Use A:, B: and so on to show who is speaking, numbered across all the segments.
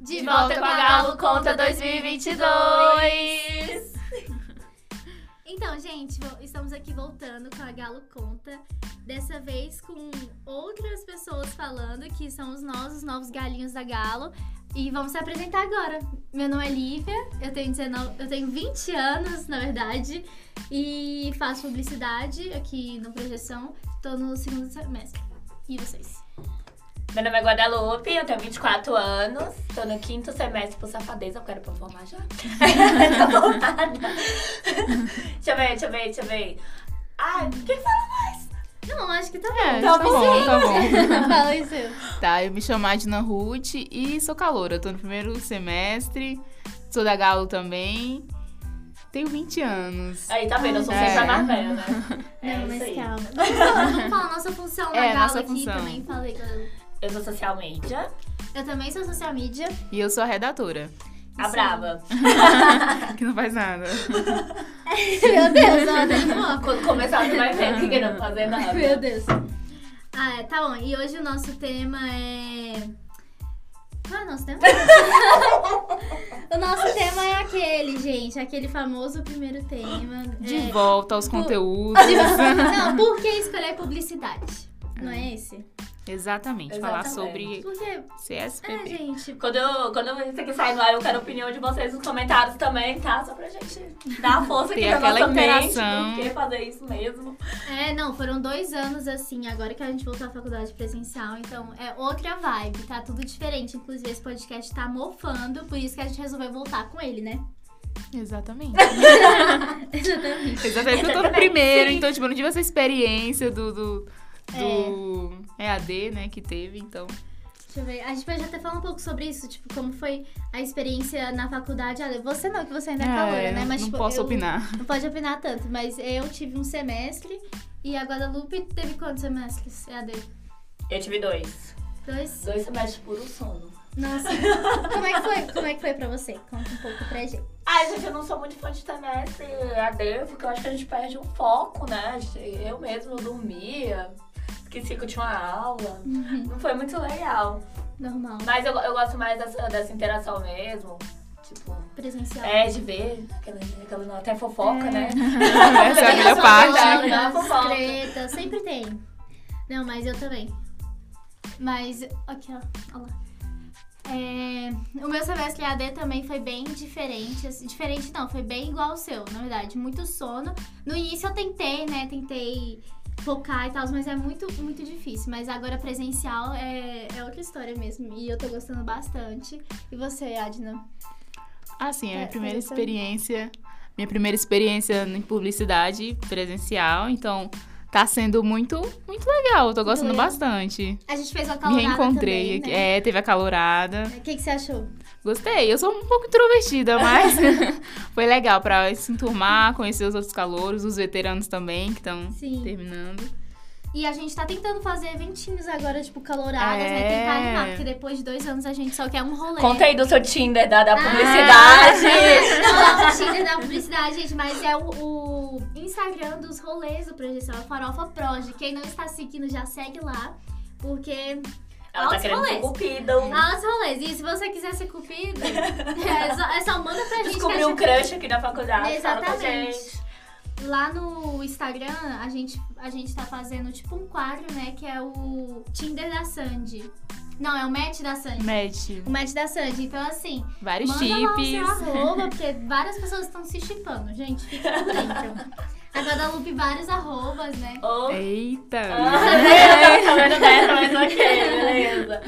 A: de volta com a Galo Conta 2022!
B: Então, gente, vo- estamos aqui voltando com a Galo Conta. Dessa vez com outras pessoas falando, que são os nós, os novos galinhos da Galo. E vamos se apresentar agora. Meu nome é Lívia, eu tenho, 19, eu tenho 20 anos, na verdade, e faço publicidade aqui no Projeção. Tô no segundo semestre. E vocês?
A: Meu nome é Guadalupe, eu tenho 24 anos, tô no quinto semestre por safadeza, eu quero pra formar já. tô formada. deixa eu ver, deixa eu ver, deixa eu ver. Ai, quem fala mais?
B: Não, acho que tá
C: É,
B: bom.
C: tá bom, tá bom.
B: Fala isso.
C: Tá, eu me chamo Adna Ruth e sou caloura. Tô no primeiro semestre, sou da Galo também. Tenho 20 anos.
A: Aí, tá vendo? Eu sou
C: É.
A: sempre a mais velha, né? É
B: Não, mas
A: isso aí.
B: calma. Vamos falar, vamos falar nossa função na
C: É,
B: Galo
C: nossa
B: aqui
C: função.
B: também. Falei, Guadalupe.
A: Eu sou social media,
B: Eu também sou social media.
C: E eu sou a redatora,
A: a brava.
C: que não faz nada.
B: Meu Deus, ela tá de moco.
A: Quando começar, você vai ver que não fazer nada.
B: Meu Deus. Ah, é, tá bom. E hoje o nosso tema é. Qual é o nosso tema? o nosso tema é aquele, gente. Aquele famoso primeiro tema.
C: De
B: é...
C: volta aos
B: Pu-
C: conteúdos.
B: Não, por que escolher publicidade? Não é esse?
C: Exatamente, falar
A: Exatamente.
C: sobre
B: Porque. É,
C: CSPB.
B: gente.
A: Quando, eu- quando isso aqui sair no ar, eu quero a opinião de vocês nos comentários também, tá? Só pra gente dar a força aqui
C: Ter
A: pra
C: aquela
A: nossa
C: interação.
A: mente. Porque fazer isso mesmo.
B: É, não, foram dois anos assim, agora que a gente voltou à faculdade presencial, então é outra vibe, tá tudo diferente. Inclusive, esse podcast tá mofando, por isso que a gente resolveu voltar com ele, né?
C: Exatamente.
B: Exatamente.
C: Exatamente, porque eu tô no
A: Exatamente,
C: primeiro,
A: sim.
C: então, tipo, eu não tive essa experiência do, do,
B: É.
C: do EAD, né, que teve, então.
B: Deixa eu ver. A gente pode até falar um pouco sobre isso, tipo, como foi a experiência na faculdade. Ah, você não, que você ainda é calor,
C: É,
B: né? Mas,
C: não
B: tipo,
C: posso
B: eu-
C: opinar.
B: Não pode opinar tanto, mas eu tive um semestre e a Guadalupe teve quantos semestres? É a dele?
A: Eu tive dois.
B: Dois?
A: Dois semestres de puro sono.
B: Nossa. como é que foi? Como é que foi pra você? Conta um pouco pra gente.
A: Ai, gente, eu não sou muito fã de semestre AD, porque eu acho que a gente perde um foco, né? Eu mesma eu dormia, esqueci que eu tinha uma aula.
B: Uhum.
A: Não foi muito legal.
B: Normal.
A: Mas eu, eu gosto mais dessa, dessa interação mesmo. Tipo,
B: Presencial.
A: é de ver aquela, aquela até fofoca,
B: É.
A: né?
C: Essa é a
A: Tem
C: melhor
A: essa
C: parte.
A: parte. né?
B: Nossa,
A: Fofoca.
B: treta, sempre tem. Não, mas eu também. Mas, aqui, ó, ó lá. É, o meu semestre AD também foi bem diferente. assim, diferente não, foi bem igual ao seu, na verdade. Muito sono. No início eu tentei, né? Tentei focar e tal, mas é muito, muito difícil. Mas agora presencial é, é outra história mesmo. E eu tô gostando bastante. E você, Adna?
C: Ah, sim, a minha
B: É,
C: primeira
B: foi isso aí.
C: experiência. Minha primeira experiência em publicidade presencial, então tá sendo muito, muito legal. Eu Tô gostando
B: legal.
C: bastante.
B: A gente fez uma
C: Me
B: calorada
C: reencontrei
B: também,
C: aqui.
B: né?
C: É, teve a calorada.
B: O que, que você achou?
C: Gostei. Eu sou um pouco introvertida, mas foi legal pra se enturmar, conhecer os outros calouros, os veteranos também, que estão
B: Sim.
C: terminando.
B: E a gente tá tentando fazer eventinhos agora, tipo, caloradas, né?
C: É.
B: Tentar animar, porque depois de dois anos a gente só quer um rolê.
A: Conta aí do seu Tinder, da, da
B: Ah.
A: publicidade.
B: Não, o Tinder da publicidade, gente, mas é o, o Instagram dos rolês do Projeção, é Farofa Proj. Quem não está seguindo, já segue lá, porque
A: Ela tá
B: Altos
A: querendo ser
B: rolês. Ah,
A: cupida.
B: há os rolês. E se você quiser ser cupido, é só, é só manda pra gente. que a
A: Descobriu um
B: gente-
A: crush aqui na faculdade. fala com a
B: Exatamente.
A: gente.
B: Lá no Instagram, a gente, a gente tá fazendo tipo um quadro, né, que é o Tinder da Sandy. Não, é o Match da Sandy.
C: Mete
B: O Match da Sandy. Então, assim,
C: vários
B: Manda lá o seu
C: chips.
B: arroba, porque várias pessoas estão se chipando, gente. Fica por dentro. A Guadalupe, vários arrobas, né?
A: Ô,
C: Eita!
A: Ah, eu tava sabendo dessa, Tá mas ok, beleza.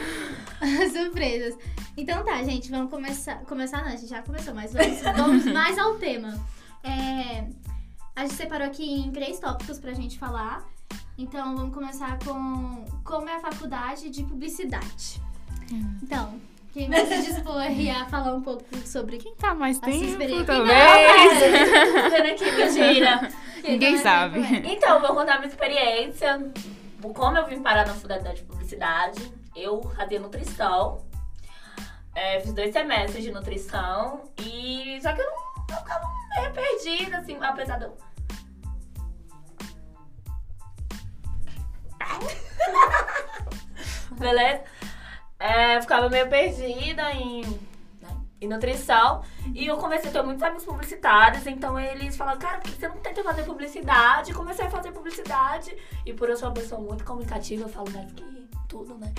B: Surpresas. Então tá, gente, vamos começar. Começar não, a gente já começou, mas vamos, vamos mais ao tema. É, a gente separou aqui em três tópicos pra gente falar. Então vamos começar com como é a faculdade de publicidade.
C: Hum.
B: Então, quem vai se dispor aí a falar um pouco sobre
C: Quem tá mais
B: Nossa,
C: tempo
B: experiência. é
C: também?
A: Tô vendo aqui, mentira.
C: Ninguém
B: é
C: sabe.
B: né?
A: Então, vou contar minha experiência. Como eu vim parar na faculdade de publicidade, eu fazia nutrição. É, fiz dois semestres de nutrição. E só que eu, não, eu ficava meio perdida, assim, apesar de eu Beleza? É, eu ficava meio perdida em e nutrição. E eu comecei a ter muitos amigos publicitários, então eles falaram, cara, por que você não tenta fazer publicidade? é Eu Comecei a fazer publicidade. E por eu ser uma pessoa muito comunicativa, eu falo, né, que tudo, né?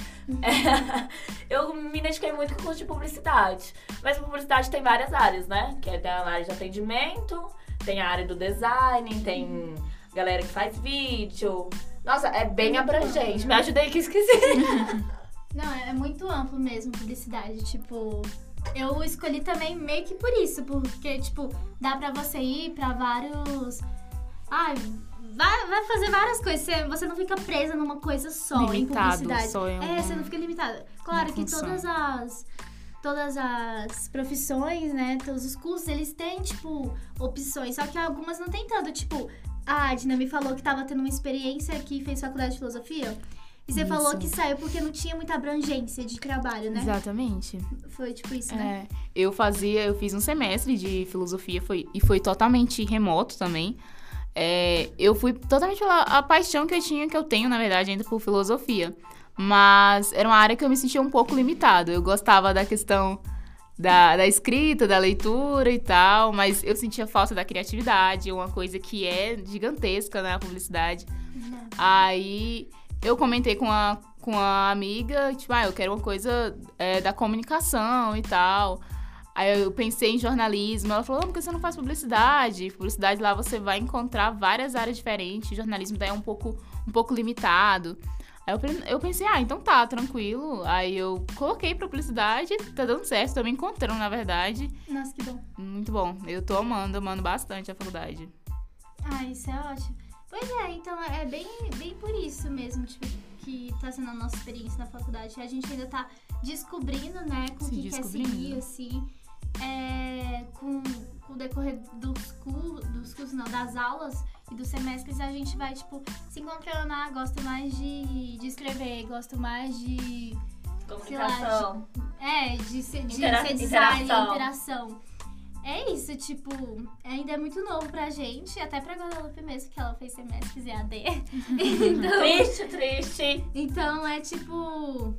A: eu me identifiquei muito com o curso de publicidade. Mas publicidade tem várias áreas, né? Que é tem a área de atendimento, tem a área do design, tem galera que faz vídeo. Nossa, é bem abrangente. Me ajuda aí que eu esqueci.
B: Não, é é muito amplo mesmo publicidade. Tipo, eu escolhi também meio que por isso, porque, tipo, dá pra você ir pra vários. Ai, vai, vai fazer várias coisas. Você, você não fica presa numa coisa só em
C: Limitado, né?
B: publicidade.
C: só em
B: É,
C: um uma-
B: você não fica limitada. Claro que
C: função.
B: todas as. Todas as profissões, né? Todos os cursos, eles têm, tipo, opções. Só que algumas não tem tanto. Tipo, a Adna me falou que tava tendo uma experiência que fez faculdade de filosofia. E você
C: Isso.
B: falou que saiu porque não tinha muita abrangência de trabalho, né?
C: Exatamente.
B: Foi tipo isso, né?
C: É, eu fazia, eu fiz um semestre de filosofia foi, e foi totalmente remoto também. É, eu fui totalmente pela a paixão que eu tinha, que eu tenho, na verdade, ainda por filosofia. Mas era uma área que eu me sentia um pouco limitada. Eu gostava da questão da, da escrita, da leitura e tal, mas eu sentia falta da criatividade, uma coisa que é gigantesca na publicidade.
B: Uhum.
C: Aí eu comentei com a, com a amiga, tipo, ah, eu quero uma coisa é, da comunicação e tal. Aí eu pensei em jornalismo. Ela falou, ah, por que você não faz publicidade? Publicidade lá você vai encontrar várias áreas diferentes. Jornalismo daí é um pouco, um pouco limitado. Aí eu, pen- eu pensei, ah, então tá, tranquilo. Aí eu coloquei pra publicidade, tá dando certo, tô me encontrando, na verdade.
B: Nossa, que bom.
C: Muito bom. Eu tô amando, amando bastante a faculdade.
B: Ah, isso é ótimo. Pois é, então é bem, bem por isso mesmo, tipo, que tá sendo a nossa experiência na faculdade. A gente ainda tá descobrindo, né, com o
C: Se
B: que quer
C: descobrindo.
B: seguir, assim, é, com, com o decorrer dos, cur, dos cursos, não, das aulas e dos semestres, a gente vai, tipo, se encontrando, ah, gosto mais de, de escrever, gosto mais de
A: Comunicação.
B: É, de ser, de
A: Intera-
B: ser design,
A: interação.
B: interação. É isso, tipo, ainda é muito novo pra gente, até pra Guadalupe mesmo, que ela fez semestres EAD. então,
A: Triste, triste.
B: então é tipo.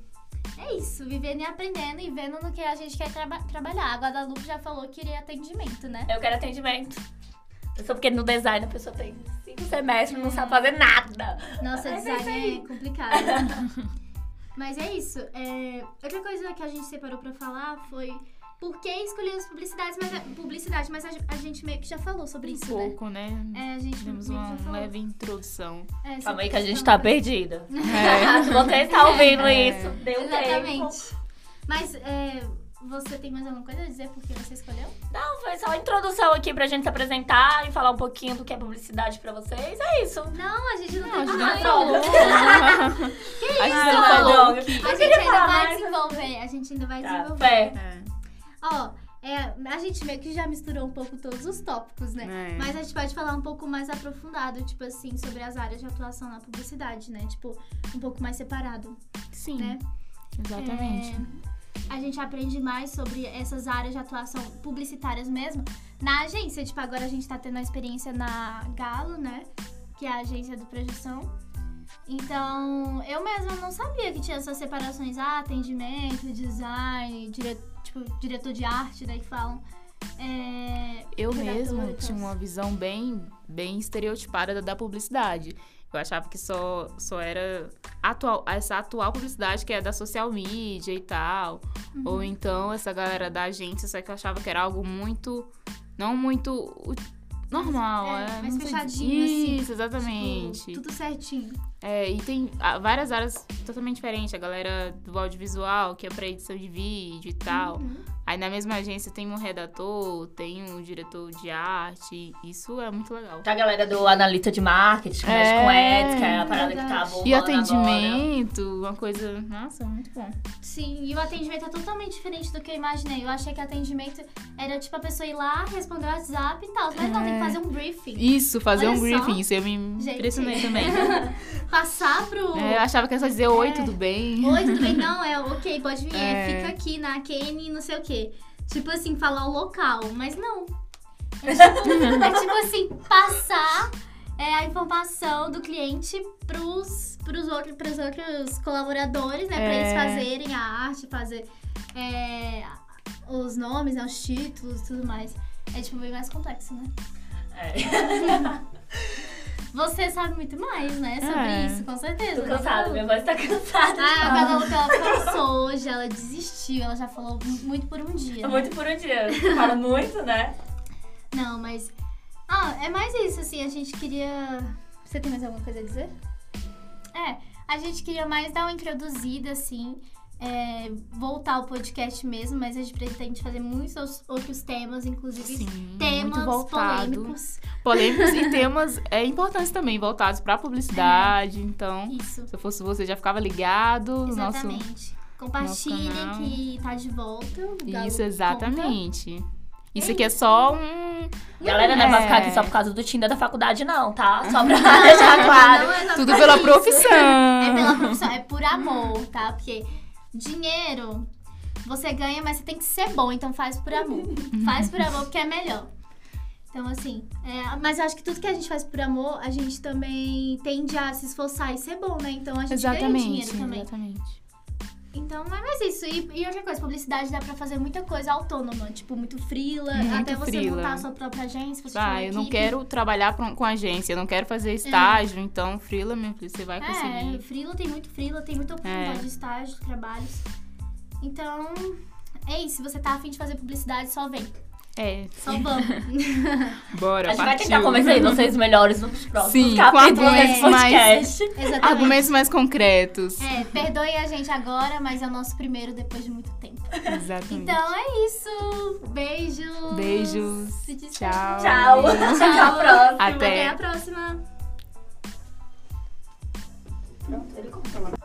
B: É isso, vivendo e aprendendo e vendo no que a gente quer traba- trabalhar. A Guadalupe já falou que iria atendimento, né?
A: Eu quero atendimento. Só porque no design a pessoa tem cinco semestres e não sabe fazer nada.
B: Nossa,
A: Mas é isso
B: design
A: aí.
B: é complicado. Mas é isso. é, Outra coisa que a gente separou pra falar foi por que escolher as publicidades, mas a... publicidade, mas a gen- a gente meio que já falou sobre isso,
C: um
B: né?
C: pouco, né?
B: É, a gente
C: Tivemos
B: meio
C: uma
B: que já falou.
C: leve introdução.
B: É, sobre
A: Calma aí que a gente
B: questão
A: tá
B: da-
A: perdida.
C: É.
A: Se você está ouvindo
C: É.
A: isso, deu tempo.
B: Exatamente. Mas é, você tem mais alguma coisa a dizer porque você escolheu?
A: Não, Então, foi só uma introdução aqui pra gente se apresentar e falar um pouquinho do que é publicidade pra vocês. É isso.
B: Não, Ah, a gente não,
C: a gente
B: tem
C: não
B: mais.
A: falou.
C: A gente
A: Ah,
C: não falou.
B: A
A: droga. Eu
B: gente
A: queria
B: ainda
A: falar
B: vai
A: mais.
B: desenvolver. A gente ainda vai
A: Tá,
B: desenvolver.
A: fé.
C: É.
B: Ó, é, a gente meio que já misturou um pouco todos os tópicos, né?
C: É.
B: Mas a gente pode falar um pouco mais aprofundado, tipo assim, sobre as áreas de atuação na publicidade, né? Tipo, um pouco mais separado,
C: Sim,
B: né?
C: exatamente.
B: É, A gente aprende mais sobre essas áreas de atuação publicitárias mesmo na agência. Tipo, agora a gente tá tendo a experiência na Galo, né? Que é a agência do Projeção. Então, eu mesma não sabia que tinha essas separações. Ah, atendimento, design, dire... tipo, diretor de arte, daí que falam. É,
C: Eu
B: redatoras.
C: mesma tinha uma visão bem, bem estereotipada da, da publicidade. Eu achava que só, só era atual, essa atual publicidade que é da social media e tal.
B: Uhum.
C: Ou então essa galera da agência, só que eu achava que era algo muito. Não muito u- normal.
B: é,
C: é,
B: mais
C: não sei
B: fechadinho,
C: dizer.
B: assim.
C: Isso, exatamente.
B: Tipo, tudo certinho.
C: É, e tem ah, várias áreas totalmente diferentes. A galera do audiovisual, que é pra edição de vídeo e tal.
B: Uhum.
C: Aí na mesma agência tem um redator, tem um diretor de arte. Isso é muito legal.
B: Tá
A: Tem Tá a galera do analista de marketing, que mexe
C: É,
A: com ads, que é a parada que tá
B: verdade.
A: bombando
C: E atendimento, uma coisa. Nossa, muito bom.
B: Sim, e o atendimento é totalmente diferente do que eu imaginei. Eu achei que atendimento era tipo a pessoa ir lá, responder o WhatsApp e tal. Mas não,
C: É.
B: tem que fazer um briefing.
C: Isso, fazer
B: Olha
C: um
B: só.
C: briefing, isso eu me impressionei também.
B: Passar pro.
C: É, eu achava que era só dizer oi,
B: É.
C: tudo bem.
B: Oi, tudo bem? Não, é ok, pode vir, é,
C: É.
B: fica aqui na Kane, não sei o quê. Tipo assim, falar o local, mas não. É tipo, é tipo assim, passar é, a informação do cliente pros, pros, outros, pros outros colaboradores, né? Pra
C: É.
B: eles fazerem a arte, fazer é, os nomes, né, os títulos e tudo mais. É tipo bem mais complexo, né?
A: É.
B: Você sabe muito mais, né, sobre
C: É.
B: isso, com certeza.
A: Tô
B: né,
A: cansada,
B: Balu?
A: minha voz tá cansada.
B: Ah, a Balu, ela cansou hoje, ela desistiu, ela já falou muito por um dia.
A: É muito por um dia. Fala muito, né?
B: Não, mas. Ah, é mais isso, assim, a gente queria. Você tem mais alguma coisa a dizer? É, a gente queria mais dar uma introduzida, assim, é, voltar ao podcast mesmo, mas a gente pretende fazer muitos outros- outros temas, inclusive
C: Sim,
B: temas
C: muito voltado.
B: polêmicos.
C: Polêmicos e temas é, importantes também, voltados pra publicidade. Então,
B: Isso,
C: se eu fosse você, já ficava ligado no nosso.
B: exatamente. Compartilhem
C: nosso canal.
B: que tá de volta. o Galo
C: Isso,
B: conta.
C: exatamente. Isso aqui é só um.
A: Galera, não é pra ficar aqui
C: É.
A: só por causa do Tinder da faculdade, não, tá? Só pra deixar claro.
B: Não é só
C: Tudo
B: pra
C: pela
B: isso.
C: profissão.
B: É pela profissão, é por amor, tá? Porque dinheiro você ganha, mas você tem que ser bom, então faz por amor. Faz por amor porque é melhor. Então, assim, é, mas eu acho que tudo que a gente faz por amor, a gente também tende a se esforçar e ser bom, né? Então a gente ganha
C: Exatamente.
B: dinheiro também.
C: Exatamente.
B: Então é mais isso. E, e outra coisa, publicidade dá pra fazer muita coisa autônoma, tipo, muito frila,
C: Muito
B: até você
C: freela.
B: montar a sua própria agência, você tiver uma
C: Ah, eu não
B: equipe.
C: quero trabalhar pra um- com agência, eu não quero fazer estágio, então, frila, minha filha, você vai
B: É,
C: conseguir.
B: frila tem muito frila, tem muita oportunidade
C: É.
B: de estágio, de trabalhos. Então, é isso. Se você tá afim de fazer publicidade, só vem.
C: É,
B: Só vamos.
C: bora,
A: A gente vai
C: partiu.
A: tentar convencer aí vocês melhores nos próximos
C: Sim, com
A: capítulos
C: argumentos
A: desse podcast.
B: Exatamente.
C: Argumentos mais concretos.
B: É, perdoem a gente agora, mas é o nosso primeiro depois de muito tempo.
C: Exatamente.
B: Então é isso. Beijos.
C: Beijos.
B: Se despede.
C: Tchau.
A: Tchau. Até a próxima.
C: Até.
B: Até a próxima.
A: Pronto, ele contou.